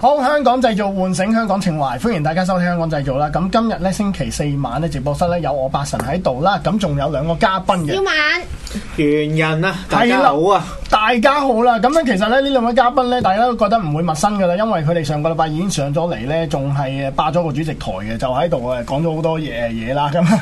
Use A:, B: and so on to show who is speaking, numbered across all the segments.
A: 好，香港製造喚醒香港情懷，歡迎大家收聽香港製造啦。咁今日咧星期四晚咧直播室咧有我八神喺度啦，咁仲有兩個嘉賓嘅
B: 小。曼，
C: 猿人啊，大
A: 係
C: 家
A: 啦
C: 好啊，
A: 大家好啦，咁樣其實咧呢兩位嘉賓咧，大家都覺得唔會陌生噶啦，因為佢哋上個禮拜已經上咗嚟咧，仲係誒霸咗個主席台嘅，就喺度誒講咗好多嘢嘢啦咁。啊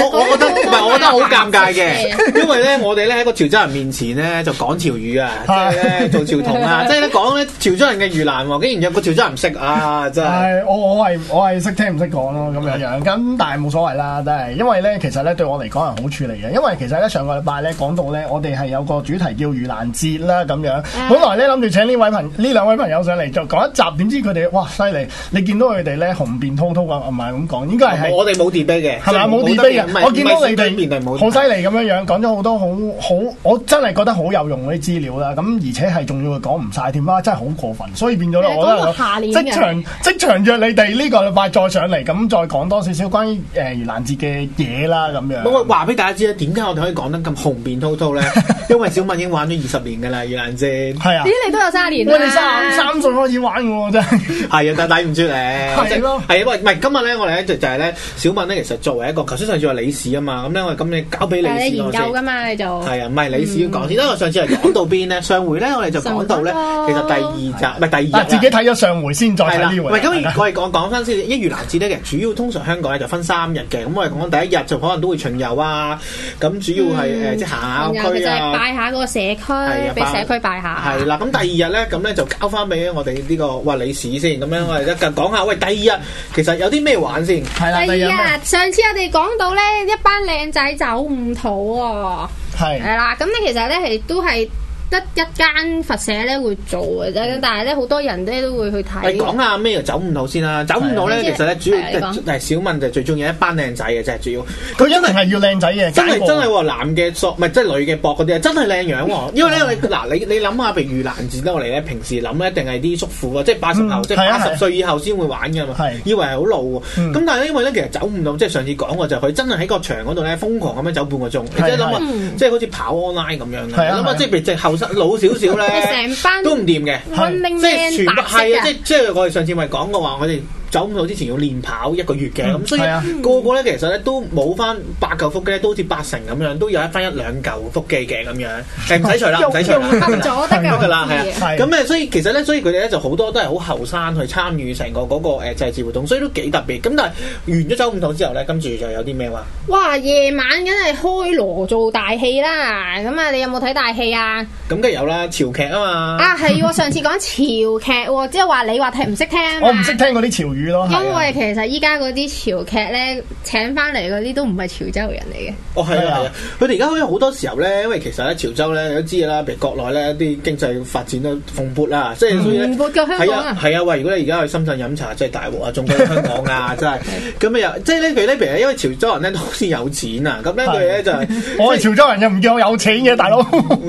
C: 我我我覺得唔係，我 覺得好尷尬嘅，因為咧我哋咧喺個潮州人面前咧就講潮 語啊，即係咧做潮童啊，即係咧講咧潮州人嘅盂蘭喎，竟然有個潮州人唔識啊，真係
A: 係，我我係我係識聽唔識講咯，咁樣樣。咁但係冇所謂啦，真係，因為咧其實咧對我嚟講係好處嚟嘅，因為其實咧上個禮拜咧講到咧，我哋係有個主題叫盂蘭節啦咁樣。
C: 嗯
A: 本來咧諗住請呢位朋呢兩位朋友上嚟就講一集，點知佢哋哇犀利！你見到佢哋咧紅遍滔滔咁，唔係咁講，應該係喺
C: 我哋冇 debate 嘅，
A: 係咪啊
C: 即係
A: 冇
C: 得
A: debate
C: 唔係
A: 嘅？我見到你
C: 唔係小組辯論
A: 哋
C: 冇
A: 好犀
C: debate
A: 利咁樣樣，講咗好多好好，我真係覺得好有用嗰啲資料啦。咁而且係仲要講唔晒添啦，真係好過分。所以變咗咧，
B: 係啊
A: 我
B: 講
A: 覺
B: 到
A: 得
B: 下年嘅
A: 即場即場約你哋呢個禮拜再上嚟，咁再講多少少關於誒盂蘭節嘅嘢啦，咁樣。
C: 咁我話俾大家知咧，啊點解我哋可以講得咁紅遍滔 滔咧？因為小敏已經玩咗二十年㗎啦，盂蘭節
A: 係啊
B: 咦，，你都有三年啦
A: 我哋三三歲開始玩嘅喎，真係。
C: 係啊，但係抵唔住咧，
A: 係咯
C: 係啊，喂，唔係今日咧，我哋咧就就係咧，小敏咧其實作為一個，頭先上次話理事啊嘛，咁咧我哋咁你交俾理
B: 但係你
C: 事
B: 研
C: 我
B: 究噶
C: 先。
B: 嘛，你就
C: 係啊，唔係理事要
A: 嗯
C: 講先，因為我上次係講到邊咧，上回咧我哋就講到咧，
B: 上回
C: 其
B: 講
C: 實
B: 到
C: 第二集唔係第二
A: 啊嗱，
C: 日
A: 自
C: 啦
A: 己睇咗上回先再
C: 係
A: 睇
C: 啦，
A: 呢
C: 喂，
A: 回。
C: 咁我哋講講翻先，一盂蘭節咧，其實主要通常香港咧就分三日嘅，咁我哋講緊第一日就可能都會巡遊啊，咁主要
A: 嗯
C: 係誒、呃即係行
B: 然
C: 下
B: 後佢
C: 區
B: 就係
C: 啊。
B: 拜下嗰個社
C: 係
B: 區
C: 啊，
B: 俾社區拜下。
C: 係啦，咁第二日咧，咁咧就交翻俾我哋呢、個喂理事先，咁樣
B: 嗯
C: 我哋一陣講下，喂第二日其實有啲咩玩先？
A: 係啦，第
B: 第
A: 二
B: 二日，哎上次我哋講到咧，一班靚仔走唔肚喎，
A: 係
B: 係啦，咁咧其實咧係都係得一間佛社咧會做嘅啫，但係咧好多人咧都會去
C: 你嗯講
B: 睇。
C: 下咩走唔到先啦，走唔到咧，
B: 係
C: 其實咧主要
B: 係你講
C: 係小敏就最中意一班靚仔嘅啫，主要
A: 佢一定係要靚仔嘅，
C: 真係
A: 解過
C: 真係喎，男嘅索唔係即係女嘅搏嗰啲啊，真係靚樣喎。因為咧你嗱你你諗下，譬如盂蘭節咧，我哋咧平時諗咧一定係啲叔父啊，即係八十
A: 嗯
C: 後，即係
A: 係啊
C: 八
A: 係啊
C: 十歲以後先會玩㗎嘛
A: 係，
C: 以為係好老喎。
A: 嗯
C: 咁但係咧，因為咧其實走唔到，即係上次講過就係佢真係喺個場嗰度咧瘋狂咁樣走半個鐘，你即係諗下
A: 係，
C: 即係好似跑 online 咁樣
A: 係啊係
C: 嘅。諗
A: 啊
C: 下即係譬如即係後生老少 少
B: 即係
C: 咧，
B: 成班
C: 都唔掂嘅。
B: Running
C: 即係
B: Man
C: 全部
B: 白色
C: 係啊！即
B: 嘅，
C: 係即係我哋上次咪講過話，我哋走唔到之前要練跑一個月嘅，咁、
A: 嗯
C: 所以
A: 係啊
C: 個個咧其實咧都冇翻八嚿腹肌咧，都好似八成咁樣，都有一翻一兩嚿腹肌嘅咁 樣，誒唔使除啦，唔使除
B: 融合
C: 啦。
B: 咗得
A: 係
C: 得
B: 㗎
C: 㗎啦，係
B: 我知
C: 啊，
A: 係
C: 咁誒，所以其實咧，所以佢哋咧就好多都係好後生去參與成個嗰個誒祭祀活動，所以都幾特別。咁但係完咗走唔到之後咧，跟住就有啲咩話？
B: 哇！夜晚梗係開鑼做大戲啦，咁啊，你有冇睇大戲啊？
C: 咁梗係有啦，潮劇啊嘛。
B: 啊，係喎！上次講潮劇喎，即係話你話聽唔識聽啊嘛
C: 哦
A: 我唔識聽嗰啲潮語咯，係
B: 因
A: 啊
B: 為其實依家嗰啲潮劇咧，請翻嚟嗰啲都唔係潮州人嚟嘅，
C: 哦，係
A: 係啊
C: 啊，係啊，佢哋而家好多時候咧，因為其實咧潮州咧，你都知㗎啦，譬如國內咧啲經濟發展都蓬勃啦，即係所以咧
B: 蓬勃過香港啊
C: 係啊，係啊，喂，如果你而家去深圳飲茶，真係大鑊啊，仲過香港啊，真係。咁啊又即係咧，佢咧譬如因為潮州人咧都好似有錢啊，咁咧佢咧就係
A: 我係潮州人又唔叫我有錢嘅，大佬。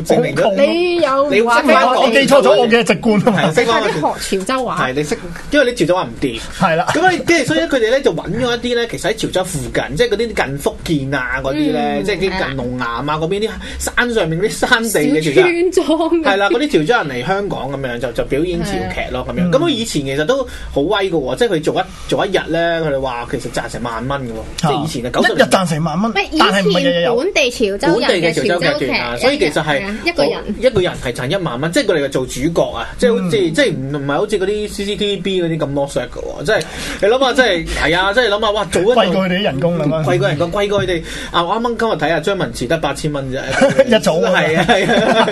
C: 證明咗
B: 你有
C: 你
B: 話
C: 識
B: 俾
C: 翻
A: 我
C: 講
A: 我記錯咗我嘅籍貫啊嘛
C: 係識翻
B: 快
C: 我
B: 啲學潮州話啊
C: 係。你識，因為你潮州話唔掂。
A: 係啦，
C: 咁啊，跟住所以咧，佢哋咧就揾咗一啲咧，其實喺潮州附近，即係嗰啲近福建啊嗰啲咧，
B: 嗯
C: 即係
B: 係
C: 啲
B: 啦
C: 近龍岩啊嗰邊啲山上面嗰啲山地
B: 小
C: 嘅潮州人。
B: 村莊
C: 係啦，嗰啲潮州人嚟香港咁樣就就表演潮劇咯咁樣。咁佢以前其實都好威嘅喎，即係佢做一做一日咧，佢哋話其實賺成萬蚊嘅喎，即係以前啊九十
A: 一日賺成萬蚊，
B: 咩？以
A: 但係唔係日日
B: 前
A: 有。
B: 本地潮
C: 本
B: 州
C: 地
B: 人
C: 嘅
B: 嘅
C: 潮
B: 潮
C: 州
B: 州
C: 劇
B: 劇
C: 團啊，所以其實係
B: 一個人。
C: 一個人係賺一萬蚊，即係佢哋嘅做主角啊，即係好似即係唔唔係好似嗰啲 CCTV 嗰啲咁落削嘅喎，即係你諗下，即係係啊，即係諗下哇，做一
A: 貴
C: 個
A: 過佢哋啲人工啦啊嗰陣時
C: 貴過人工，貴過佢哋啊！我啱啱今日睇下張文慈得八千蚊啫，
A: 一早啊
C: 係啊 係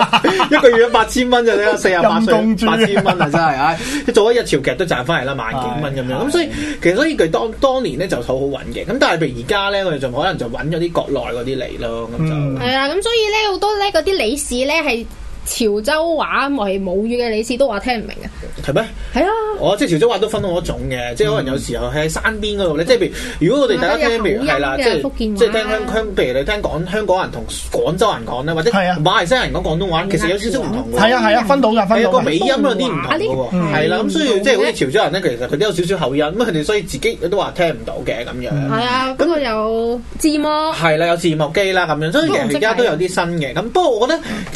C: 啊，一個月八千蚊就你四廿八
A: 陰
C: 歲
A: 公豬
C: 八千蚊啊真係唉！做一日潮劇都賺翻嚟啦，萬幾蚊咁樣，咁所以其實所以佢當當年咧就好好揾嘅，咁但係譬如而家咧，我哋就可能就揾咗啲國內嗰啲嚟咯，咁就。
A: 嗯
B: 係啊，咁所以咧好多咧嗰啲理事咧係潮州話為母語嘅理事都話聽唔明嘅。
C: 係咩？
B: 係啊，
C: 我哦即係潮州話都分好多種嘅，即係可能有時候喺山邊嗰度咧，即係譬如如果我哋大家聽，譬如係啦，即
B: 福建話
C: 係即係聽香香，譬如你聽講香港人同廣州人講咧，或者
A: 係啊
C: 馬來西亞人講廣東話，其實有少少唔同
A: 係
C: 嘅。
A: 啊係啊，分到㗎，分
C: 係啊，
A: 到
C: 個
A: 㗎。
C: 尾音有啲唔同嘅喎，
B: 嗯
C: 係啦，咁所以即係好似潮州人咧，其實佢都有少少口音，咁佢哋所以自己都話聽唔到嘅咁樣。
B: 係啊，不過有字幕。
C: 係啦，有字幕機啦咁樣，所以其
A: 啊
C: 實而家都有啲新
A: 嗯
C: 嘅。咁不過我覺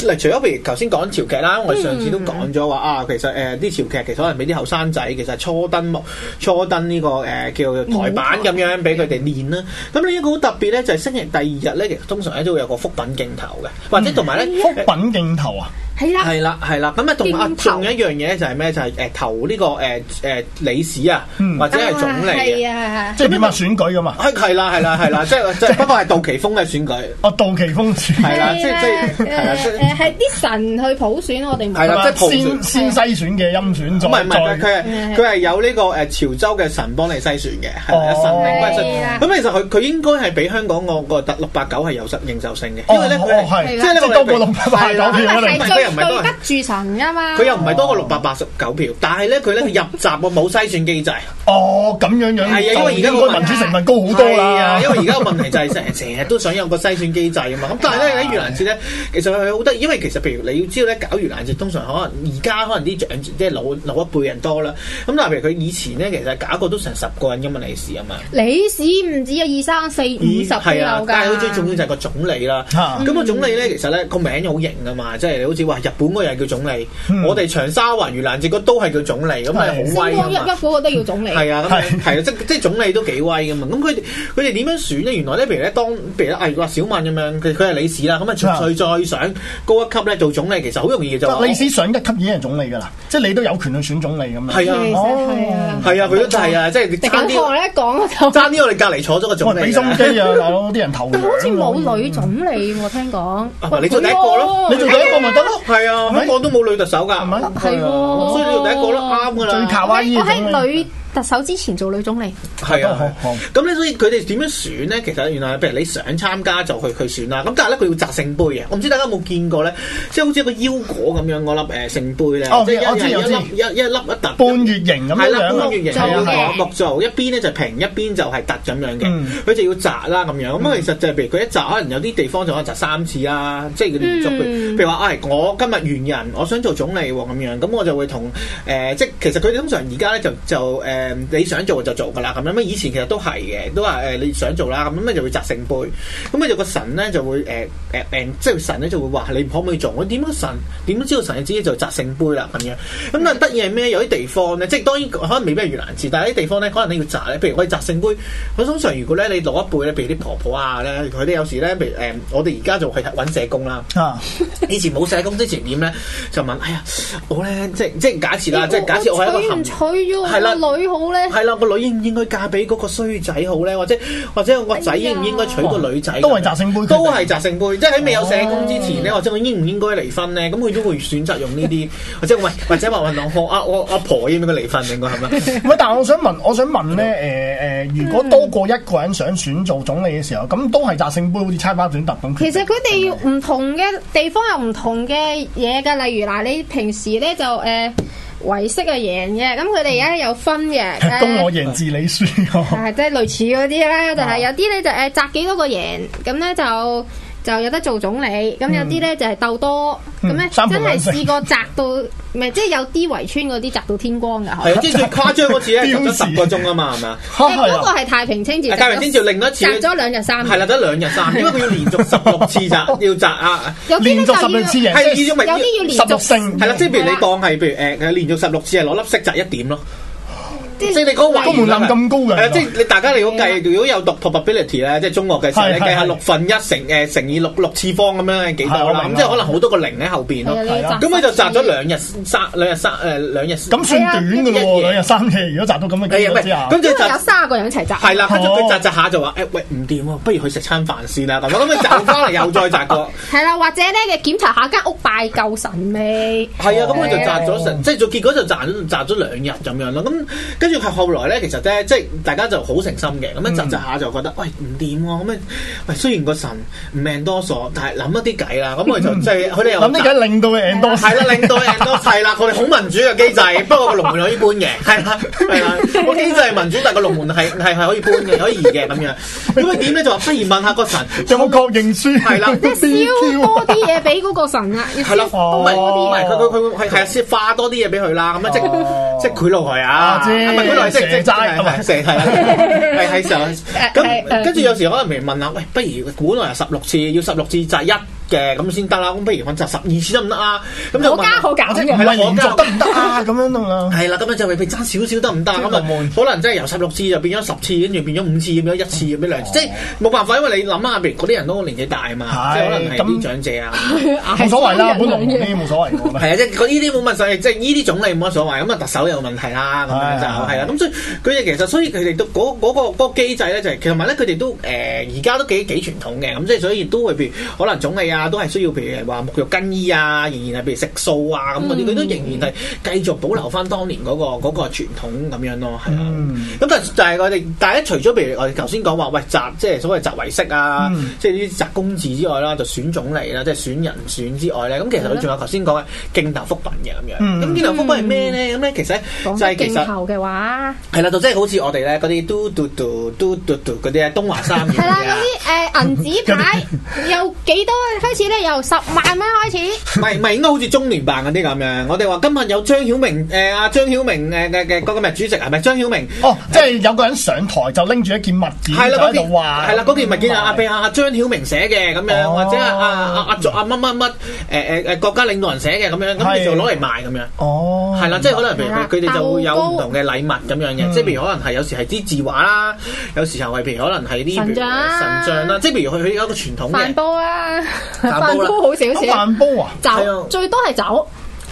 C: 得，嗱，除咗譬如頭先講潮劇啦，我哋上次都講咗話啊，其實誒啲潮劇嘅，其實可能俾啲後生仔其實初登幕、初登呢、個誒、呃叫台版咁樣俾佢哋練啦。咁呢一個好特別咧，就係、星期第二日咧，其實通常咧都會有個福品鏡頭嘅，或者同埋
A: 哎
C: 咧。
A: 福品鏡頭啊，
B: 係啦，
C: 係啦，係啦，咁啊，同埋啊
B: 鏡頭
C: 仲有一樣嘢就係咩？就係、誒投呢、個誒誒理事啊，
A: 嗯
C: 或者係總理
B: 係
C: 啊，
B: 啊，
A: 即係點啊選舉咁嘛？
C: 係係啦，係啦，係啦，即係即係不過係杜琪峰嘅選舉。
A: 哦，杜琪峰 選
C: 係啦即
B: 係
C: 即係啦即
B: 誒誒係啲神去普選我哋冇
C: 係啦即係蒲
A: 先先篩選嘅陰選
C: 唔係
A: 再
C: 唔係，佢
A: 再
C: 係佢係有呢個誒潮州嘅神幫你篩選嘅，係
A: 哦
C: 啦，神明幫你篩
B: 係啦
C: 選。咁其實佢佢應該係比香港個個特六八九係有實認受性嘅，因為咧
A: 哦
C: 佢
A: 哦係
C: 係即係咧
A: 即係多過689
C: 係啦
A: 票啊
B: 係
A: 你
C: 唔係佢又唔係多
B: 最
C: 過
B: 對不住神噶嘛，
C: 佢又唔係多過六百八十九票，但係咧佢咧佢入閘我冇篩選機制，
A: 哦咁樣樣，
C: 係啊因為而家
A: 應
C: 個
A: 該民主成分高好多
C: 係
A: 啦
C: 啊，因。為 而家個問題就係成 成日都想有個篩選機制啊嘛。咁但係咧喺盂蘭節咧，其實佢好得意，因為其實譬如你要知道咧，搞盂蘭節通常可能而家可能啲長即係老老一輩人多啦。咁但係譬如佢以前咧，其實搞過都成十個人咁嘅利是啊嘛。
B: 你屎唔止啊，二三四五十都有
C: 係啊
B: 㗎，，
C: 但係佢最重要就係個總理啦。
A: 嚇
C: 咁個總理咧，其實咧個名好型噶嘛，即係你好似話日本嗰個人叫總理
A: 嗯，
C: 我哋長沙灣盂蘭節嗰都係叫總理，咁係好
B: 星
C: 威
B: 光熠
C: 㗎
B: 熠
C: 嘛。
B: 嗰個都要總理，
C: 係啊，咁
A: 係
C: 係啊，即即係總理都幾威噶嘛。咁佢哋佢哋點樣選咧？原來咧，譬如咧，當譬如咧，哎話小敏咁樣，佢佢係理事啦，咁啊
A: 啊
C: 純粹再上高一級咧做總理，其實好容易嘅
A: 但
C: 就。
A: 歷史上一級已經係總理㗎啦，即係你都有權去選總理咁樣。
C: 係啊
B: 其實係啊，
C: 係啊，佢都係啊，即係
B: 直
C: 爭
B: 我
C: 啲
B: 咧講嗰就。
C: 爭啲我哋隔離坐咗個
A: 喂，
C: 總理
A: 俾
C: 㗎啦。
A: 心機啊，大佬啲人投啊
B: 佢好似冇女
A: 總，
B: 總理喎，聽講
C: 啊。咪你做第一個咯
A: 你做第一個咪得咯，
C: 係啊，香港都冇女特首
A: 啊係
C: 㗎
A: 咪？。
B: 係喎
C: 所以你做第一個啦，啱噶啦，
A: 最卡
B: 我
A: 哇伊嘅
B: 喺我
A: 總理
B: 喺女特首之前做女總理，
C: 係
A: 好
C: 啊
A: 好，
C: 咁咧所以佢哋點樣選咧？其實原來譬如你想參加就去去選啦，咁但係咧佢要摘聖杯嘅，我唔知大家有冇見過咧，即係好似一個腰果咁樣嗰粒誒聖杯咧，
A: 哦
C: 即
A: 我知
C: 係一
A: 我知
C: 一粒一一粒一突
A: 半月形咁
C: 係
A: 樣
C: 啦，
A: 樣啊
C: 半
A: 咯
C: 月形
B: 做
C: 係啦
B: 嘅，
C: 木做一邊咧就平，一邊就係凸咁樣嘅
A: 嗯，
C: 佢就要擲啦咁樣。咁其實就係譬如佢一擲，可能有啲地方就可能擲三次啦，即係連續
B: 嗯
C: 譬如話，唉，哎我今日猿人，我想做總理喎咁樣，咁我就會同誒，即係其實佢哋通常而家咧就就誒，你想做就做㗎啦咁樣。咁以前其實都係嘅，都話誒你想做啦，咁咁咪就會擲聖杯。咁咪就個神咧就會誒誒誒，即係神咧就會話你可唔可以做？我點樣神點樣知道神嘅旨意就擲聖杯啦咁樣。咁但係得意係咩？有啲地方咧，即係當然可能未必係盂蘭節，但係有啲地方咧，可能你要擲咧。譬如我哋擲聖杯，我通常如果咧你老一輩咧，譬如啲婆婆啊咧，佢哋有時咧，譬如誒、呃我哋而家就去揾社工啦。
A: 啊，
C: 以前冇社工之前點咧，就問：哎呀，我咧即係即係假設啦，啊即係假設我係啊一個
B: 娶唔
C: 含
B: 娶咗
C: 係啦
B: 我個女好咧？
C: 係啦，個女應唔應該嫁俾嗰個衰仔好咧？或者或者我個仔應唔應該娶個女仔咁樣？
A: 都係擲聖杯
C: 都係擲聖杯，即係喺未有社工之前咧，或者我應唔應該離婚咧？咁佢都會選擇用呢啲， 或者喂，或者話問我我啊我阿婆應唔應該離婚？應該係咪？
A: 唔啊係，但係我想問，我想問咧，誒誒，如果多過一個人想選做總理嘅時候，咁都係擲聖杯，好似猜包選特咁。
B: 其實佢哋唔同嘅地方有唔同嘅嘢㗎，例如嗱，你平時咧就誒、呃、維式係贏嘅，咁佢哋而家有分嘅。 呃誒
A: 公我贏自啊你 輸，
B: 啊係即係類似嗰啲啦，就
A: 啊
B: 係有啲咧就誒擲幾多個贏，咁咧就就有得做總理，
C: 嗯
B: 咁有啲咧就係鬥多，
A: 嗯
B: 咁咧
A: 三盤
B: 真
A: 兩
B: 係
A: 勝
B: 試過擲到，唔係即係有啲圍村嗰啲擲到天光㗎，
C: 係
B: 係
C: 啊，即係最誇張嗰次 咧，
A: 標
C: 執咗
A: 示
C: 十個鐘啊嘛，係咪啊？
A: 嚇
B: 誒嗰個係太平清
C: 啊
B: 醮，
C: 太平清醮另一次
B: 擲咗兩日三
C: 係
B: 夜，
C: 啦，得兩日三，因為佢要連續十六次擲，要擲啊！
B: 有啲
A: 連
B: 咧就
A: 續十六次
B: 要
A: 贏，
C: 係
A: 即係
C: 要咪
B: 有啲要連
A: 十六
B: 續
A: 勝
C: 係啦，即係譬如你
B: 係啦
C: 當係譬如誒，佢連續十六次係攞粒色擲一點咯。即係你嗰個
A: 個
C: 圍
A: 門檻咁高嘅
C: 係啊！即係你大家如果計，如果有讀 probability 咧，即係中學嘅時候，
A: 係
C: 你計下
A: 係
C: 六分一乘誒乘以六六次方咁樣係幾
A: 係我
C: 多啦？
A: 明啦
C: 咁即係可能好多個零喺後
B: 啊
C: 邊咯。
A: 係啦
C: 咁佢就擲咗兩日三兩日三誒兩日。
A: 咁算短嘅
C: 係
A: 咯喎，
C: 啊
A: 兩日三夜，如果擲到咁嘅
C: 係
A: 結
C: 啊，
A: 果之下
B: 因為
C: 唔係，咁就
B: 有
C: 擲。
B: 卅個人一齊擲，
C: 係啦，跟住佢
A: 哦
C: 擲擲下就話：誒喂唔掂喎，不如去食餐飯先啦咁樣。咁佢擲翻嚟又再擲過，
B: 係啦，或者咧你檢查下間屋拜夠神未？
C: 係啊，咁佢就
B: 係
C: 擲
A: 啊
C: 咗成，即係結果就擲擲咗兩日咁樣咯。咁跟住佢後來咧，其實咧，即係大家就好誠心嘅，咁
A: 嗯
C: 樣擲擲下就覺得，喂唔掂喎，咁樣喂雖然個神唔命多數，但係諗一啲計啦。咁佢就即係佢哋又
A: 嗯諗啲
C: 擲
A: 梗令到佢 end 多
C: 係啦，令到人都係啦，佢哋好民主嘅機制，不過個龍門可以搬嘅，係啦，係啦，個機制係民主，但係個龍門係係係可以搬嘅，可以移嘅咁樣。咁佢點咧就話，不如問下個神
A: 有冇確認書？
C: 係啦
B: 即係燒多啲嘢俾嗰個神啊，要
C: 係啦，
B: 燒
C: 唔
A: 哦
C: 係唔係佢佢佢係係啊，先化多啲嘢俾佢啦，咁啊即
A: 哦
C: 即賄賂佢啊，
A: 我知
C: 唔係賄賂，即
A: 蛇
C: 即
A: 齋
C: 係咪蛇係啦，係係蛇
B: 誒誒
C: 咁
B: 誒
C: 跟住有時可能譬如問下，喂，不如古來十六次，要十六次擲一嘅，咁先得啦。咁不如揾就十二次得唔得啊？咁就
B: 可加可
C: 問
B: 減
A: 即
B: 嘅
A: 係唔
C: 係啦
A: 係連續得唔得啊？咁樣啊嘛，
C: 係啦，咁樣就未必爭少少得唔得啊？咁啊，可能真係由十六次就變咗十次，跟住變咗五次，變咗一次，變咗兩次，即係冇辦法，因為你諗下，譬如嗰啲人都年紀大嘛，
A: 係
C: 即哦係可能係啲
A: 咁
C: 長者啊。
B: Ờ,
A: 冇所謂啦，本來呢冇所謂嘅我覺得。
C: 係啊，即係佢呢啲冇乜所謂，即係呢啲總理冇乜所謂。咁啊，特首有個問題啦，咁樣就係啊啦。咁所以佢哋其實，所以佢哋都嗰嗰個嗰個機制咧，就係其實埋咧，佢哋都誒而家都幾幾傳統嘅。咁即係所以都會譬如可能總理啊，都係需要譬如話沐浴更衣啊，仍然係譬如食素啊咁嗰
A: 嗯
C: 啲，佢都仍然係繼續保留翻當年嗰個嗰個傳統咁樣咯，係啊。
A: 嗯
C: 咁但就係我哋，但係咧除咗譬如我哋頭先講話，喂集即係所謂集圍式啊，
A: 嗯
C: 即係呢啲集公字之外啦，就選種嚟啦，即係選人選之外咧，咁其實佢仲有頭先講嘅鏡頭福品嘅咁樣。
A: 嗯
C: 咁鏡頭福品係咩咧？咁咧其實呢就
B: 講
C: 係其
B: 鏡
C: 實
B: 頭嘅話，
C: 係啦，就即係好似我哋咧嗰啲嘟嘟嘟嘟嘟嘟嗰啲咧東華三院
B: 係啦，
C: 嗰啲啊。
B: 嗰啲誒銀紙牌有幾多開始咧？由十萬蚊開始。
C: 唔係唔係，應該好似中聯辦嗰啲咁樣。我哋話今日有張曉明誒阿張曉明誒嘅嘅嗰個咩主席係咪張曉明？
A: 哦，即係有個人上台就拎住一件物件，
C: 係啦，嗰
A: 就
C: 件
A: 喺度話，
C: 係啦，嗰件物件啊，阿俾阿阿張曉明寫嘅咁樣，
A: 哦
C: 或者阿阿阿阿阿乜乜乜誒誒誒國家領導人寫嘅咁樣，咁你
A: 係
C: 就攞嚟賣咁樣。
A: 哦，
C: 係啦，即係可能譬如
B: 係啦
C: 佢佢哋就會有
B: 蛋糕
C: 唔同嘅禮物咁樣嘅，即係譬如可能係有時係啲字畫啦，有時候係譬如可能係啲譬如
B: 神像啊
C: 神像啦，即係譬如佢佢有一個傳統
B: 飯
C: 嘅
B: 煲啊，
C: 飯煲啦
B: 飯煲好少
A: 咁
B: 少，
A: 飯煲啊！
C: 係啊
B: 酒最多係酒，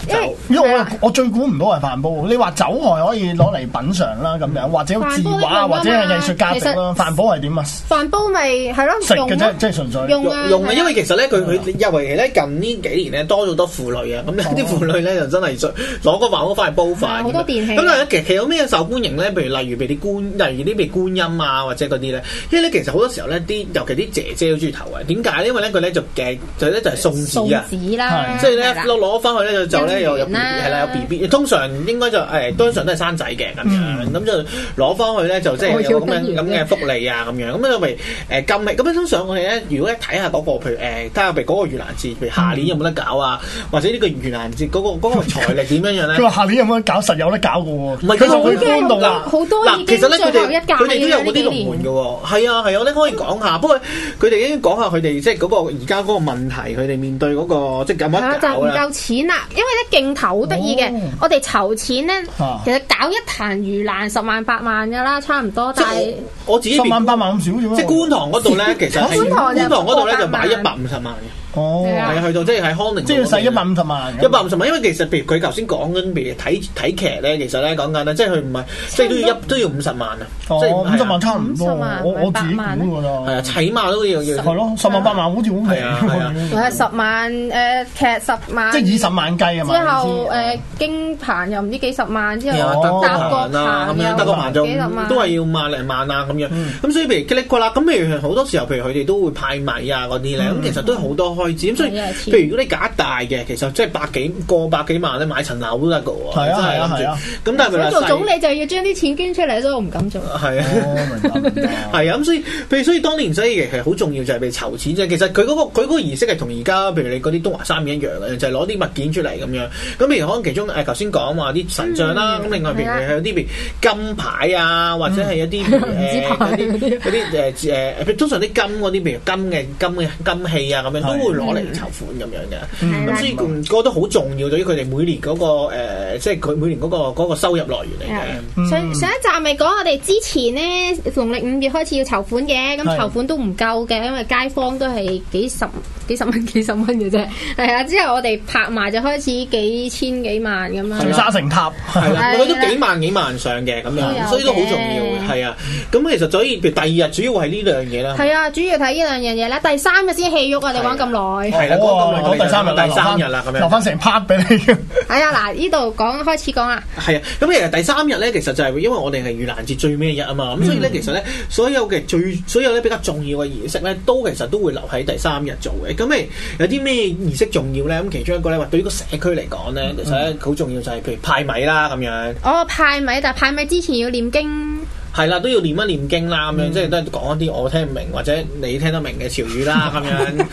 B: 因為
C: 酒
A: 因為
B: 係啊
A: 我我最估唔到係飯煲，你話酒外可以攞嚟品嚐啦咁樣，
C: 嗯
A: 或者字畫或者係藝術價值啦。飯煲係點啊？
B: 飯煲咪係
A: 食
B: 咯，用
A: 嘅
B: 咯
A: 啫，即係純粹。
B: 用啊
C: 用用
B: 係
C: 啊，
B: 啊哦
C: 因為其實咧，佢佢尤其係咧近呢幾年咧多咗好多婦女啊，咁呢啲婦女咧就真係想攞個飯煲翻嚟煲
B: 係啊
C: 飯。
B: 好多電器
C: 咁但係其實其實有咩受歡迎咧？譬如例如譬如啲官，例如啲譬如觀音啊，或者嗰啲咧，因為咧其實好多時候咧啲，尤其啲姐姐好中意投啊。點解咧？因為咧佢咧就嘅就咧就係送
B: 送
C: 子啊。
B: 紙啦，
A: 係
C: 即係咧
B: 係啦
C: 攞攞翻去咧就就咧有有 B
B: 姻
C: B
B: 緣啦
C: 係啦有 B B，通常應該就誒通常都係生仔嘅咁
B: 嗯
C: 樣，咁就攞翻去咧就即係
B: 我
C: 有咁
B: 要
C: 樣
B: 姻
C: 咁
B: 緣
C: 嘅
B: 嘅
C: 福利啊咁樣，咁就咪誒禁令咁樣通常我哋咧如果一睇下嗰個譬如誒睇下譬如嗰個盂蘭節，譬如下年有冇得搞啊，或者呢個盂蘭節嗰個嗰個財力點樣樣
A: 佢
C: 咧？
A: 話下年有冇得搞？實有得搞嘅喎。
C: 唔係
A: 佢同
C: 佢
A: 佢
B: 嘅
A: 講到
B: 啦
A: 啦。
B: 好多
C: 啊嗱，
B: 已經
C: 其實咧佢
B: 最後一
C: 哋
B: 屆
C: 佢哋都有
B: 啦
C: 嗰
B: 呢
C: 啲
B: 幾
C: 龍門嘅喎，係啊係啊，我哋可以講下。不過佢哋已經講下佢哋即係嗰個而家嗰個問題，佢哋面對嗰個即係咁
B: 啊
C: 樣
B: 就
C: 搞
B: 唔
C: 啦。
B: 夠錢啦，因為咧鏡頭好得意嘅
A: 哦，
B: 我哋籌錢咧
A: 啊，
B: 其實搞一壇盂蘭十萬八萬噶啦，差唔多，
C: 即
B: 但
C: 係
B: 係
C: 我我自己
A: 十萬八萬咁少啫咩？
C: 即係觀塘嗰度 咧，其實係
B: 觀塘就
C: 觀塘嗰度咧就買一
B: 100
C: 百五十萬嘅，
A: 哦，
B: 係啊
C: 係啊，去到即係喺康寧，
A: 即係要使一百五十萬。
C: 一百五十萬，因為其實譬如佢頭先講緊，譬如睇睇劇咧，其實咧講緊咧，即係佢唔係即係都要一都要五十萬啊，即
A: 哦，
C: 係
A: 五十萬差唔多。
B: 50萬
A: 我我自己
B: 百萬
A: 估㗎
C: 係啊，
A: 啦。
C: 起碼都要要
A: 係咯，十萬八萬好似好
C: 係啊係啊
A: 平。
B: 係十萬誒劇十萬，
A: 即係以十萬計啊嘛。
B: 之後
A: 你知
B: 誒經棚又唔知幾十萬，之
C: 係啊
B: 後
A: 哦
C: 德
B: 搭
C: 國
B: 個
C: 行啊咁
B: 棚
C: 樣，德
B: 又
C: 國行就
B: 幾十萬，
C: 都係要萬零萬啊咁樣。咁所以譬如吉力啦，咁譬如好多時候，譬如佢哋都會派米啊嗰啲咧，咁其實都好多開支。咁所以
B: 係啊錢
C: 譬如如果你假大嘅，其實即係百幾個百幾萬咧買層樓都得嘅喎。
A: 係啊係啊
C: 真
A: 係啊
C: 諗住咁但係
B: 想
C: 咪話
B: 做
C: 細
B: 總理就要將啲錢捐出嚟，所以我唔敢做。
C: 係啊。
A: 哦，明白明白。
C: 係啊，咁所以，譬如所以當年，所以其實好重要就係被籌錢啫。其實佢嗰、個佢嗰個儀式係同而家譬如你嗰啲東華三院一樣嘅，就係攞啲物件出嚟咁樣。咁譬如可能其中誒頭先講話啲神像啦，咁、
B: 嗯
C: 另外譬
B: 係
C: 如
B: 啊嗯
C: 有啲譬如金牌啊，或者係 一啲誒嗰
B: 牌
C: 啲
B: 嗰啲
C: 嗰啲誒誒，譬如通常啲金嗰啲譬如金嘅金嘅金器啊咁樣，都會攞嚟籌款咁樣嘅。
A: 嗯
C: 咁所以嗯嗰個都好重要，對於佢哋每年嗰、個、誒即係佢每年嗰、個嗰個收入來源嚟嘅。
A: 嗯
B: 上上一集咪講我哋之前呢，農曆五月開始要籌款嘅，咁
A: 係
B: 籌款都唔夠嘅，因為街坊都係幾十幾十蚊 幾十蚊嘅啫。係啊，之後我哋拍埋就開始幾千幾萬咁
A: 聚
C: 啊
B: 樣。
A: 沙成塔。
C: 係啦，
B: 係
C: 我覺得
B: 啦
C: 幾萬幾萬上嘅咁
B: 都有
C: 樣，
B: 嘅
C: 所以都好重要嘅，係啊。咁其實所以譬如第二日主要係呢兩樣嘢啦。
B: 係啊，主要睇呢兩樣嘢啦。第三日先戲肉啊，你玩咁耐。
C: 係啦
A: 哦
C: 嗰個
A: 第三日啦
C: 第三日啦咁樣
A: 留翻成 part 俾你。
B: 係啊，嗱，呢度講開始講啦。
C: 係啊，咁其實第三日咧，其實就係因為我哋係盂蘭節最尾一日啊嘛，
B: 嗯
C: 咁所以咧其實咧，所有嘅最所有咧比較重要嘅儀式咧，都其實都會留喺第三日做嘅。咁誒有啲咩儀式重要咧？咁其中一個咧，話對於個社區嚟講咧，其實
B: 嗯
C: 咧好重要就係譬如派米啦咁樣。
B: 哦，派米，但派米之前要念經。
C: 係啦，都要念一念經啦，咁樣即係都係講一啲我聽唔明或者你聽得明嘅潮語啦，咁樣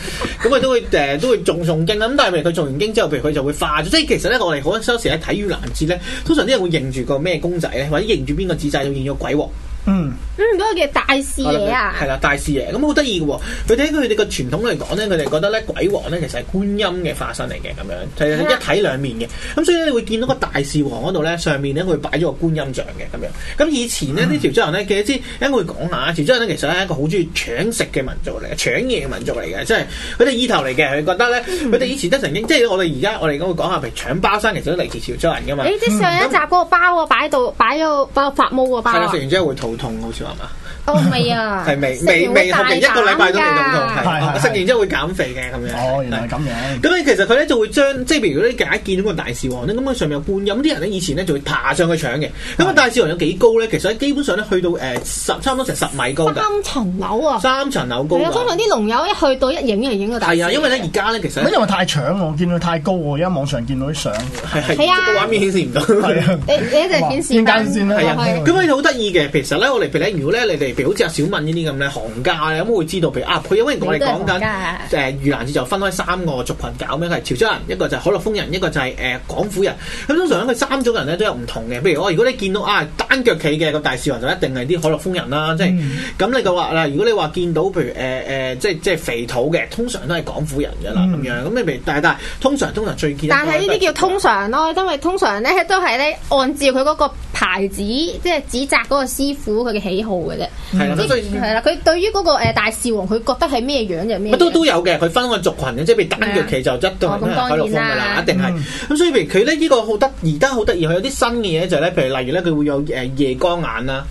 C: 咁佢都會誒、呃都會誦誦經啦。咁但係譬如佢誦完經之後，譬如佢就會化咗。即係其實咧，我哋好多時咧睇盂蘭節咧，通常啲人會認住個咩公仔咧，或者認住邊個紙仔，就認咗鬼王。
A: 嗯，
B: 嗯，嗰個叫大士爺啊，
C: 係啦，大士爺咁好得意嘅喎。佢哋喺佢哋個傳統嚟講咧，佢哋覺得咧鬼王咧其實係觀音嘅化身嚟嘅咁樣，就係
B: 啊
C: 一體兩面嘅。咁所以咧，你會見到個大士王嗰度咧，上面咧佢擺咗個觀音像嘅咁樣。咁以前呢
B: 嗯
C: 啲潮州人咧，其實知一會講下，潮州人咧其實係一個好中意搶食嘅民族嚟嘅，搶嘢嘅民族嚟嘅，即係佢哋意頭嚟嘅。佢覺得咧，
B: 嗯
C: 佢哋以前都曾經，即係我哋而家我哋咁講下，譬如搶包山，其實都嚟自潮州人噶嘛。
B: 你知哎上一集嗰個包啊，擺到擺到包發毛個包
C: 係啦，
B: 啊
C: 食，完之後會肚痛，好似話嘛。
B: 哦未啊，
C: 係未
B: 食完
C: 未
B: 會
C: 未
B: 大
C: 後面一個禮拜都未咁痛，
B: 膽㗎
A: 係係
C: 係食完之後會減肥嘅咁樣。
A: 哦，原來係咁樣。
C: 咁咧，其實佢咧就會將即係譬如咧，大家見到個大士王咧，咁佢上面有觀音，啲人咧以前咧就會爬上去搶嘅。咁啊，大士王有幾高咧？其實基本上咧去到誒十差唔多成十米高㗎，
B: 三層樓啊，
C: 三層樓高
B: 係啊，通
C: 㗎。
B: 常啲龍友一去到一影就影個大士爺。
C: 係啊，因為咧而家咧其實
A: 咁因為太搶喎，我見佢太高喎，而家網上見到啲相。
C: 係係
B: 係啊
C: 個畫面顯示唔到。
A: 係啊，
B: 你你一陣顯示
A: 哇陣間先啦
C: 係啊，
A: 係
C: 咁咧好得意嘅。其實咧，我哋譬如咧，如果咧你哋譬如好似阿小敏呢啲咁咧，行家咧，咁會知道譬如啊，佢因為我哋講緊誒盂蘭節就分開三個族群搞咩？佢係潮州人，一個就係海陸豐人，一個就係誒廣府人。咁通常咧，佢三種人咧都有唔同嘅。譬如我如果你見到啊單腳企嘅個大士王就一定係啲海陸豐人
B: 嗯
C: 啦，即係咁你就話嗱，如果你話見到譬如誒誒、即係即係肥肚嘅，通常都係廣府人㗎啦咁
A: 嗯
C: 樣。咁你咪但係但係通常通常最見得
B: 但
C: 多
B: 係呢
C: 咧都係
B: 啲叫通常咯，因為通常咧都係咧按照佢嗰個牌子，即係指責嗰個師傅佢嘅喜好嘅啫。
C: 係啦，
B: 即
C: 咁所以
B: 係啦，佢對於嗰個誒大士王，佢覺得係咩樣就咩
C: 乜
B: 樣。
C: 都都有嘅，佢分個族群嘅，即係譬如單腳旗就一都係
B: 哦咁當然啦
C: 海陸豐噶啦，一定係。咁所以譬如佢咧呢個好得，而家好得意，佢有啲新嘅嘢就係咧，譬如例如咧佢會有誒夜光眼啦，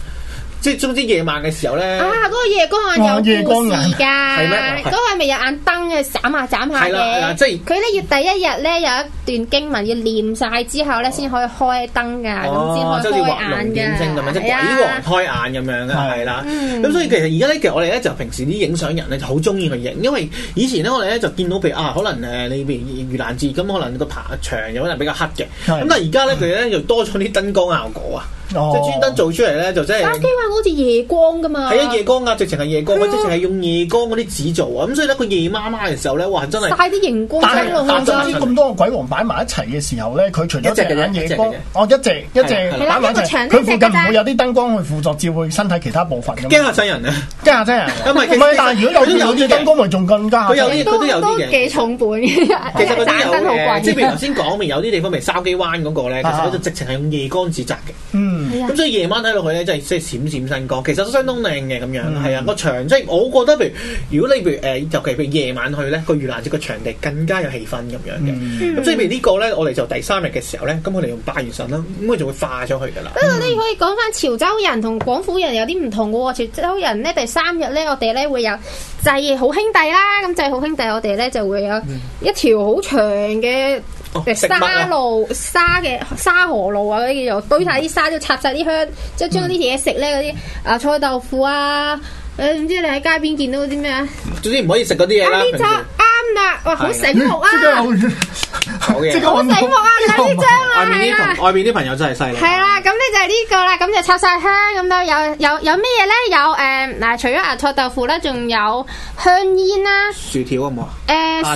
C: 即係總之夜晚嘅時候咧
B: 啊，，嗰個夜
C: 哦
B: 光眼有故事㗎，
C: 係咩
B: 嗰個係咪有眼燈嘅閃下閃下
C: 係啦係啦
B: 嘅？
C: 即係
B: 佢咧要第一日咧有一段經文要念晒之後咧，先可以開燈㗎，
C: 哦
B: 咁，
C: 即
B: 先
C: 係
B: 可
C: 好
B: 以
C: 似畫龍
B: 開
C: 點
B: 眼哎
C: 睛咁
B: 㗎。啊
C: 樣，即係鬼王開眼咁樣嘅，啊係啦。
B: 嗯
C: 咁所以其實而家咧，其實我哋咧就平時啲影相人咧就好中意去影，因為以前咧我哋咧就見到譬如啊，可能誒你譬如盂蘭節咁，可能個爬牆有可能比較黑嘅，
A: 係
C: 咁但係而家咧佢咧就多咗啲燈光效果啊，即
A: 哦
C: 係專登做出嚟咧就真
B: 打
C: 係
B: 機。玩好似夜光㗎嘛，
C: 係啊，夜光啊，直情係夜光，佢直情係用夜光嗰啲紙做啊，咁所以咧佢夜媽媽嘅時候咧，哇，真係
B: 晒啲熒光
A: 但
B: 燈
A: 係
B: 落
A: 但
B: 去㗎
A: 總。之咁多個鬼王擺埋一齊嘅時候咧，佢除咗
C: 一隻嘅啫
A: 隻眼夜
C: 一
A: 光
C: 隻嘅啫，
A: 哦一隻一隻
C: 係啦
A: 擺埋一
B: 一個
A: 齊，
B: 長一隻
A: 佢附近
B: 嘅
A: 唔
B: 啫
A: 會有啲燈光去輔助照佢身體其他部分咁
C: 驚
A: 樣。
C: 嚇親人啊！
A: 驚下真人，
C: 唔係其實
A: 唔係，但係如果
C: 佢都有
A: 有
C: 啲
A: 啲
C: 嘅
A: 燈光咪仲更加嚇
C: 佢有
A: 親人
C: 啲佢
B: 都
C: 都有啲
B: 都
C: 嘅。
B: 幾重本嘅，
C: 其實佢 都
B: 盞燈
C: 有
B: 好
C: 嘅，
B: 貴。
C: 即係譬如頭先講，咪有啲地方，譬如筲箕灣嗰個咧，其實佢就直情係用夜光紙紮嘅。
A: 嗯。
B: 係啊
C: 咁所以夜晚睇落去咧，真係即係閃閃生光，其實都相當靚嘅咁樣，係啊個場即係我覺得，譬如如果你譬如誒、呃尤其譬如夜晚去咧，個盂蘭節個場地更加有氣氛咁樣嘅。
A: 嗯
C: 咁所以譬如呢個咧，我哋就第三日嘅時候咧，咁我哋用拜完神啦，咁佢就會化咗佢噶啦。
B: 不過咧，可以講翻潮州人同廣府人有啲唔同嘅喎。潮州人咧第三日咧，我哋咧會有祭好兄弟啦。咁祭好兄弟，我哋咧就會有一條好長嘅
C: 嗯哦食物
B: 沙
C: 啊，
B: 路、沙嘅沙河路啊，嗰啲叫做堆晒啲沙，都插晒啲香，即係將啲嘢食咧嗰
C: 嗯
B: 啲啊菜豆腐啊。誒唔知你喺街邊見到啲咩啊？
C: 總之唔可以食嗰啲嘢
B: 啊
C: 啦。
B: 呢
C: 平
B: 就
C: 時
B: 啱啦！哇，好醒目啊！
A: 即刻有
C: 好嘅
A: 即刻
B: 好
A: 揾到
B: 醒目啊！睇呢張啊，
C: 外面
B: 係
C: 啲
B: 啦。
C: 朋外面啲朋友真係犀利。
B: 係啦，咁咧就係呢個啦，咁就插晒香咁樣，有有有咩嘢咧？有誒嗱、除咗芽菜豆腐咧，仲有香煙啦，誒、
C: 薯條好冇啊？啊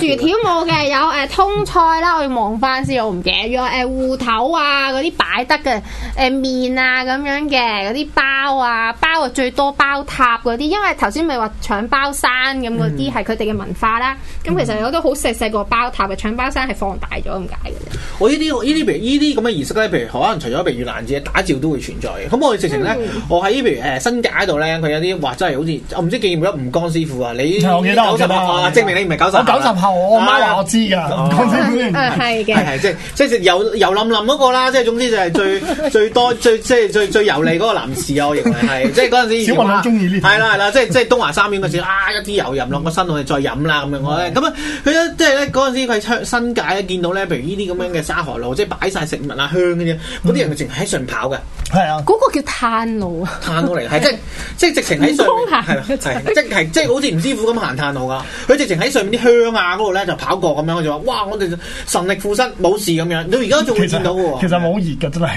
B: 薯條冇嘅，有誒、通菜啦，我要望翻先，我唔記得咗誒芋頭啊嗰啲擺得嘅，誒、面啊咁樣嘅嗰啲包啊，包啊最多包塔嗰啲，因為頭先咪話搶包山咁嗰
C: 嗯
B: 啲係佢哋嘅文化啦，咁其實我都好細細個包塔嘅，搶包山係放大咗咁解嘅啫。
C: 我呢啲呢啲譬如呢啲咁嘅儀式咧，譬如可能除咗譬如盂蘭節打醮都會存在嘅。咁我哋直情咧，
B: 嗯
C: 我喺譬如誒新界嗰度咧，佢有啲話真係好似我唔知記唔記得吳江師傅啊，你
A: 係我記得我
C: 九
A: 記
C: 十
A: 得
C: 後啊，
A: 我記
C: 證
A: 得
C: 明你唔係九十
A: 我九十後，我媽話我知㗎，
C: 哦
A: 講真 先
B: 誒係嘅
C: 係。係即係即係油油冧冧嗰個啦，即係總之就 係最最多最即係最最油膩嗰個男士啊，我認為 係即係嗰陣時以前
A: 小雲好
C: 話
A: 鍾意呢啲
C: 係啦係啦，即係即係東華三院嗰時啊，一啲油入落個身度，我哋再飲啦咁樣我咧咁啊，佢咧即係咧嗰陣時佢喺新界咧見到咧，譬如呢啲咁樣嘅沙河路，即係擺晒食物啊香嗰啲，嗰啲人淨係喺上跑嘅，
A: 係啊，
B: 嗰個叫炭爐啊！
C: 炭路嚟，係即係即係直情喺上
B: 唔通行
C: 面，係係即係即係好似吳師傅咁行炭路噶，佢直情喺上面啲香啊嗰度咧就跑過咁樣，佢就話：哇！我哋就神力附身冇事咁樣，到而家仲會
A: 其
C: 見到嘅
A: 實
C: 喎。
A: 其實冇熱㗎，真係會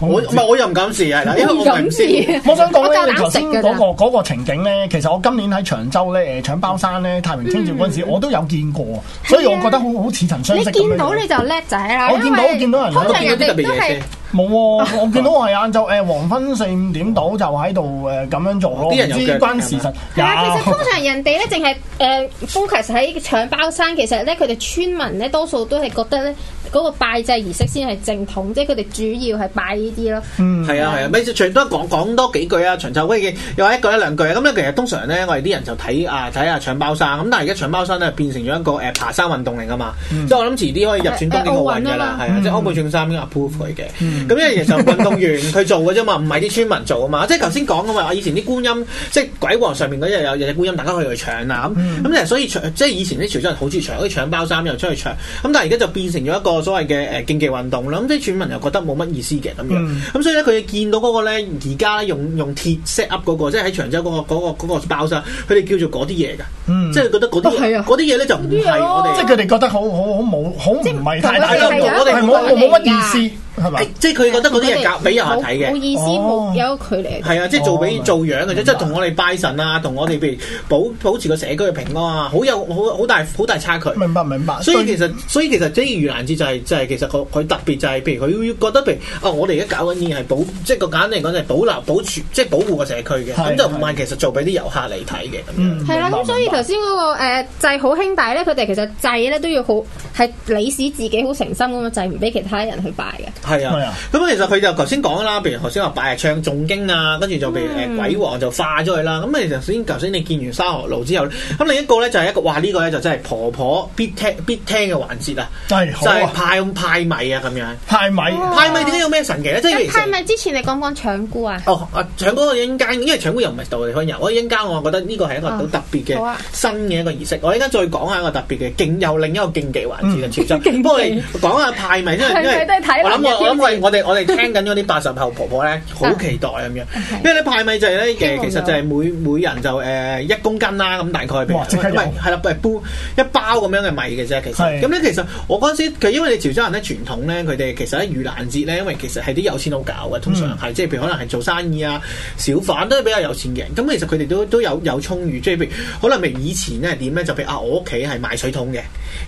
A: 好
C: 我唔係我又唔敢試啊，因為我唔係唔知。
A: 我想講咧，
B: 我夠膽
A: 你頭先
B: 食㗎
A: 嗰個嗰個情景咧，其實我今年喺長洲咧，誒搶包山咧，太平清醮嗰陣時，
C: 嗯
A: 我都有見過，所以我覺得好好似曾相
B: 你
A: 識咁樣。
B: 見到你就叻仔啦，
A: 我見到
B: 因為
A: 我見到人
B: 通常
C: 我見
B: 人啊
C: 到啲特別
B: 哋都
C: 嘢
B: 係
C: 先
A: 冇喎，我見到我係晏晝誒黃昏四五點到就喺度誒咁樣做咯，
C: 哦啲人有
A: 唔知
C: 腳
A: 關事實
B: 係啊，其實
A: 有
B: 通常人哋咧淨係誒 focus 喺搶包山，其實咧佢哋村民咧多數都係覺得咧嗰個拜祭儀式先係正統，即係佢哋主要係拜呢啲咯。嗯
C: 係啊係啊，咪長多講講多幾句啊，長袖威嘅又話一句一兩句啊。咁咧其實通常咧，我哋啲人就睇啊睇下搶包山咁，但係而家搶包山咧變成咗一個誒爬山運動嚟噶嘛，
A: 嗯
C: 即係我諗遲啲可以入選東京奧運㗎啦，
B: 誒
C: 係啊，即係安倍晉三已經 approve 佢嘅。咁因為其實運動員佢做嘅啫嘛，唔係啲村民做啊嘛。即係頭先講啊嘛，以前啲觀音即係鬼王上面嗰日有有隻觀音，大家可以去搶啊咁。咁其實所以搶即係以前啲潮州人好中意搶，好似搶包衫又出去搶。咁但係而家就變成咗一個所謂嘅誒競技運動啦。咁啲村民又覺得冇乜意思嘅咁樣。
A: 嗯
C: 咁所以咧，佢哋見到嗰個咧，而家用用鐵 set up 嗰、個，即係喺長洲嗰、個嗰、個嗰個包山，佢哋叫做嗰啲嘢㗎，
A: 嗯
C: 即係覺得嗰啲
B: 哦係
C: 嘢
B: 啊
C: 嗰啲嘢咧就唔
B: 嗰啲嘢
C: 係
B: 咯
C: 我
A: 即係
C: 哋。
A: 佢哋覺得好好好冇好唔係太大
C: 即係
A: 我
C: 同
A: 哋
C: 佢
A: 冇
B: 哋
A: 冇乜意思係咪？
C: 即係佢覺得嗰啲嘢夾俾遊客睇
B: 冇
C: 嘅，
B: 意思，
A: 哦
B: 冇有距離。
C: 係啊，即係做俾
A: 哦
C: 做樣嘅啫，即係同我哋拜神啊，同我哋譬如保保持個社區嘅平安啊，好有好好大好大差距。
A: 明白明白，
C: 所以其實，所以其實即係盂蘭節就係、就係、其實佢佢特別就係、譬如佢覺得譬如啊，我哋而家搞緊嘢係保，即係個簡單嚟講就係保留保存，即係保護個社區嘅，
A: 係嗯
C: 咁就唔係其實做俾啲遊客嚟睇嘅咁樣。
B: 係啦，咁所以頭先嗰個誒祭好兄弟咧，佢哋其實祭咧都要好係李史自己好誠心咁樣祭，唔俾其他人去拜嘅。
C: 係
A: 係
C: 啊
A: 啊，
C: 咁其實佢就頭先講啦，譬如頭先話拜唱誦經啊，跟住就譬如
A: 嗯
C: 誒鬼王就化咗佢啦。咁你頭先頭先你見完沙河路之後呢，咁另一個咧就係一個哇呢個咧就真係婆婆必聽必聽嘅環節啊，
A: 係
C: 就
A: 好
C: 係
A: 啊，
C: 派派米啊咁樣。
A: 派米
C: 派米點解有咩神奇咧？即係其
B: 咁
C: 實
B: 係咪之前你講講搶菇啊？
C: 哦，啊，搶嗰個一間，因為搶菇又唔係道地方人，我一陣間我覺得呢個係一個好特別
B: 啊好
C: 嘅
B: 啊
C: 新嘅一個儀式。我一陣間再講下一個特別嘅競，又另一個競技環 節嘅潮州。
B: 技
C: 不過我哋講下派咪，因為
B: 係
C: 因為
B: 佢都係睇
C: 我
B: 男
C: 諗
B: 嘅
C: 我我諗
B: 挑戰啊
C: 我哋我哋我哋聽緊嗰啲八十後婆婆咧，好期待咁樣。因為咧派咪就係咧
B: 聽
C: 誒，
B: 過
C: 其實就係每每人就誒一公斤啦，咁大概譬如
A: 哇即刻有
C: 唔係係啦，煲一包咁樣嘅米嘅啫，其實
A: 係
C: 咁咧，其實我嗰陣時，佢因為你潮州人咧傳統咧，佢哋其實喺盂蘭節咧，因為其實係啲有錢佬搞嘅，通常係即係譬如可能係做生意啊、小販都係比較有錢嘅人。咁其實佢哋都都有有充裕，即係譬如可能譬如以前咧係點咧，就譬如啊，我屋企係賣水桶嘅，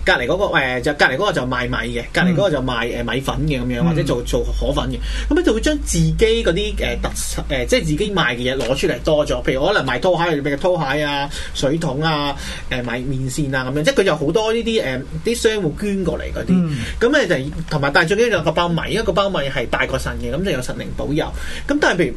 C: 隔離嗰個誒就隔離嗰個就賣米嘅，隔離嗰個就賣誒米粉嘅咁樣，或者做做河粉嘅。咁咧就會將自己嗰啲誒呃特色誒，即係自己賣嘅嘢攞出嚟多咗。譬如可能賣拖鞋，譬如拖鞋啊、水桶啊、誒賣面線啊咁樣，即係佢有好多呢啲誒啲商戶捐過嚟嗰啲。咁咧、就同埋但係最緊要有個包米，因為個包米係拜過神嘅，咁就有神靈保佑。咁但係譬如。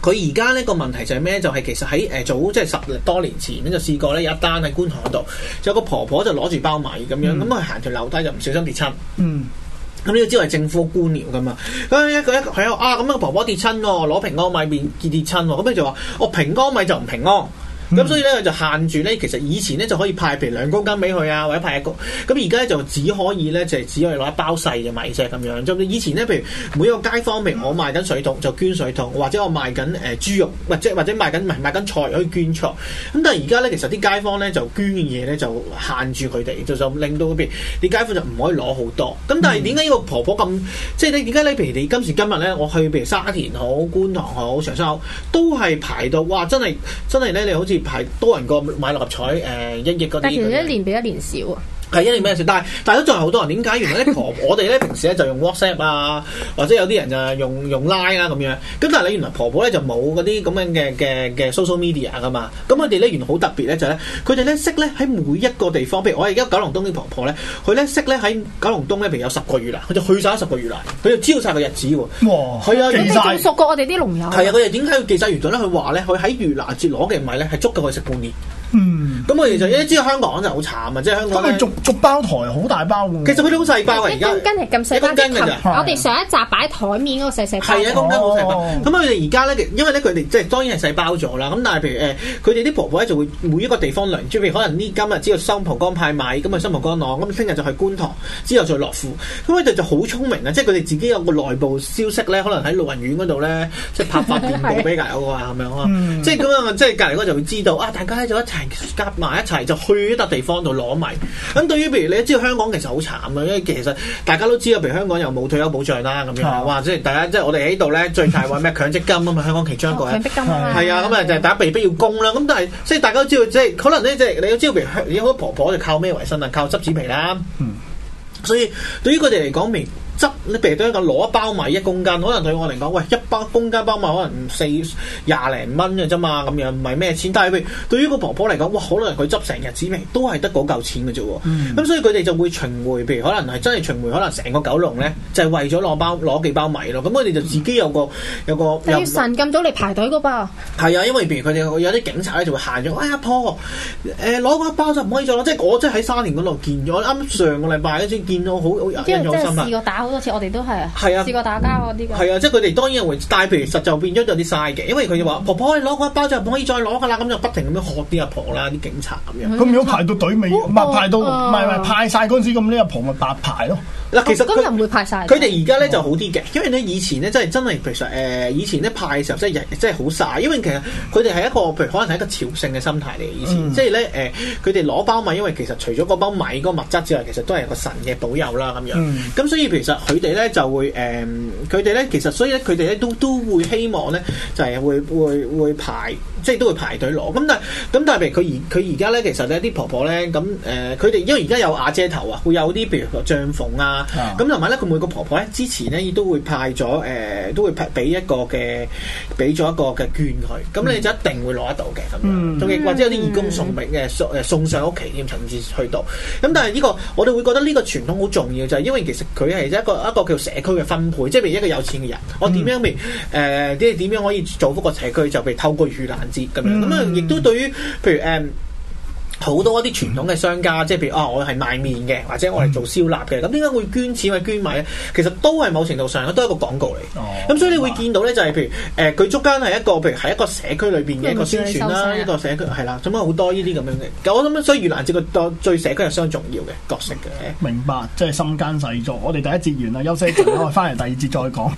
C: 佢而家呢個問題就係咩？就係、其實喺誒、呃早即係十多年前咧，就試過咧有一單喺觀塘度，就有個婆婆就攞住包米咁樣，咁佢行條樓梯就唔小心跌親。
A: 嗯
C: 咁呢個招係政府官僚噶嘛？咁一個一個佢又啊，咁個婆婆跌親喎，攞平安米變跌親喎，咁佢就話：我平安米就唔平安。咁所以咧佢就限住咧，其實以前咧就可以派譬如兩公斤俾佢啊，或者派一個。咁而家咧就只可以咧就係只可以攞一包細嘅米啫咁樣。咁以前咧，譬如每一個街坊，譬如我賣緊水桶就捐水桶，或者我賣緊誒豬肉，或者或者賣緊唔係賣緊菜可以捐菜。咁但係而家咧，其實啲街坊咧就捐嘅嘢咧就限住佢哋，就就令到嗰邊啲街坊就唔可以攞好多。咁但
B: 嗯
C: 係點解呢個婆婆咁即係你點解咧？譬如你今時今日咧，我去譬如沙田好、觀塘好、長沙好，都係排到哇！真係真係咧，你好似排多人過買六合彩誒、一億嗰啲咁樣。
B: 但其實一年比一年少啊。
C: 係因為咩事？但係但係都仲有好多人點解？原來咧婆 我哋咧平時咧就用 WhatsApp 啊，或者有啲人就係用用 Line 啊咁樣。咁但係你原來婆婆咧就冇嗰啲咁樣嘅嘅嘅 social media 噶嘛。咁佢哋咧原來好特別咧就係咧，佢哋咧識咧喺每一個地方，譬如我而家九龍東啲婆婆咧，佢咧識咧喺九龍東咧，譬如有十個月啦，佢就去晒十個月啦，佢就知道晒個日子喎。
A: 哇，
C: 係啊
A: 記
B: 你
A: 晒
B: 仲熟過我哋啲農友。
C: 係啊，佢哋點解要記晒原來咧？佢話咧，佢喺盂蘭節攞嘅米咧係足夠佢食半年。
A: 嗯，
C: 咁我哋就一知道香港就好慘啊，即係香
A: 咁
C: 港
A: 佢
C: 呢。
A: 逐逐包台好大包嘅喎，
C: 其實佢哋好細包啊，而
B: 一
C: 家
B: 公斤係咁細包
C: 一公斤㗎咋
B: 琴我哋上一集擺喺台面嗰個細細包。
C: 係啊，公斤好細包
A: 哦。
C: 咁佢哋而家咧，因為咧佢哋即係當然係細包咗啦。咁但係譬如誒，佢哋啲婆婆咧就會每一個地方量，即係譬如可能呢今日知道新蒲崗派米，咁啊新蒲崗攞，咁聽日就去觀塘，之後再落庫。咁佢哋就好聰明啊，即係佢哋自己有個內部消息咧，可能喺老人院嗰度咧，即係拍發電報俾隔友啊咁樣啊，
A: 嗯
C: 即係咁樣，即係隔離嗰就會知道啊，大家咧就一齊夾埋一齊就去一笪地方度攞米。咁對於譬如你知道香港其實好慘啊，因為其實大家都知道，譬如香港又冇退休保障啦咁樣啊，
A: 嗯
C: 哇！即係大家即係我哋喺度咧最大話咩 強積金啊嘛，香港其中一個係
B: 強迫金啊嘛。
C: 係啊，咁啊就係大家被逼要供啦。咁但係即係大家都知道，即係可能咧，即係你都知道，譬如有好多婆婆就靠咩為生啊，靠執紙皮啦。
A: 嗯
C: 所以對於佢哋嚟講，明。執，你譬如都一個攞一包米一公斤，可能對我嚟講，喂一包公斤包米可能四廿零蚊嘅啫嘛，咁樣唔係咩錢。但係譬如對於個婆婆嚟講，哇，可能佢執成日紙皮都係得嗰嚿錢嘅啫喎。咁、所以佢哋就會巡迴，譬如可能係真係巡迴，可能成個九龍咧就係、為咗攞包攞幾包米咯。咁佢哋就自己有個有個
B: 但要
C: 有
B: 神咁早嚟排隊噶噃，
C: 係啊，因為譬如佢哋有啲警察咧就會限咗，哎呀婆，誒攞嗰一包就唔可以再攞，即係我真係喺沙田嗰度見咗，啱上個禮拜先見到好好印
B: 即係真
C: 象
B: 係
C: 深刻
B: 試。過打好多次，我哋都係啊，
C: 啊係啊
B: 試過打交嗰啲㗎。
C: 係啊，即係佢哋當然會，但係譬如實就變咗有啲嘥嘅，因為佢就話婆婆你攞嗰一包就唔可以再攞㗎啦，咁就不停咁樣喝啲阿婆啦，啲警察咁樣。
A: 咁如果排到隊尾，唔係排到，唔
B: 啊
A: 係唔係派晒嗰陣時，咁呢阿婆咪白排咯。
C: 嗱，其實
B: 哦咁又唔
C: 佢
B: 會排晒。
C: 佢哋而家咧就好啲嘅，因為咧以前咧真係真係其實誒呃以前咧派嘅時候真係真係好晒，因為其實佢哋係一個譬如可能係一個朝聖嘅心態嚟嘅，以前、即係咧誒佢哋攞包米，因為其實除咗嗰包米嗰個物質之外，其實都係個神嘅保佑啦咁樣。
A: 嗯
C: 咁所以其實佢哋咧就會誒，佢哋咧其實所以咧佢哋咧都都會希望咧就係、會會會排，即係都會排隊攞。咁但係咁但係譬如佢而佢而家咧其實咧啲婆婆咧咁誒，呃佢、哋因為而家有瓦遮頭啊，會有啲譬如個帳篷啊
A: 啊，
C: 咁同埋咧佢每個婆婆咧之前咧亦都會派咗誒、呃都會派俾一個嘅俾咗一個嘅券佢，咁你就一定會攞得到嘅咁樣。
A: 嗯
C: 仲或者有啲義工送俾嘅送誒送上屋企添，甚至去到。咁但係呢個我哋會覺得呢個傳統好重要，就係、因為其實佢係一個一個叫社區嘅分配，即係譬如一個有錢嘅人，我點樣譬如誒即係點樣可以造福個社區，就譬如透過盂蘭節咁樣。咁啊，亦都對於譬如誒。好多一啲傳統嘅商家，即係譬如啊，我係賣麵嘅，或者我係做燒臘嘅，咁點解會捐錢或者捐米咧？其實都係某程度上都係一個廣告嚟。
A: 哦
C: 咁、所以你會見到咧，就係、譬如誒，佢、中間係一個譬如係一個社區裏邊嘅一個宣傳啦，一個社區係啦，咁啊好多呢啲咁樣嘅。我諗所以盂蘭節個對社區係相當重要嘅角色嘅。
A: 明白，即係心間細作。我哋第一節完啦，休息一陣啦，我哋翻嚟第二節再講。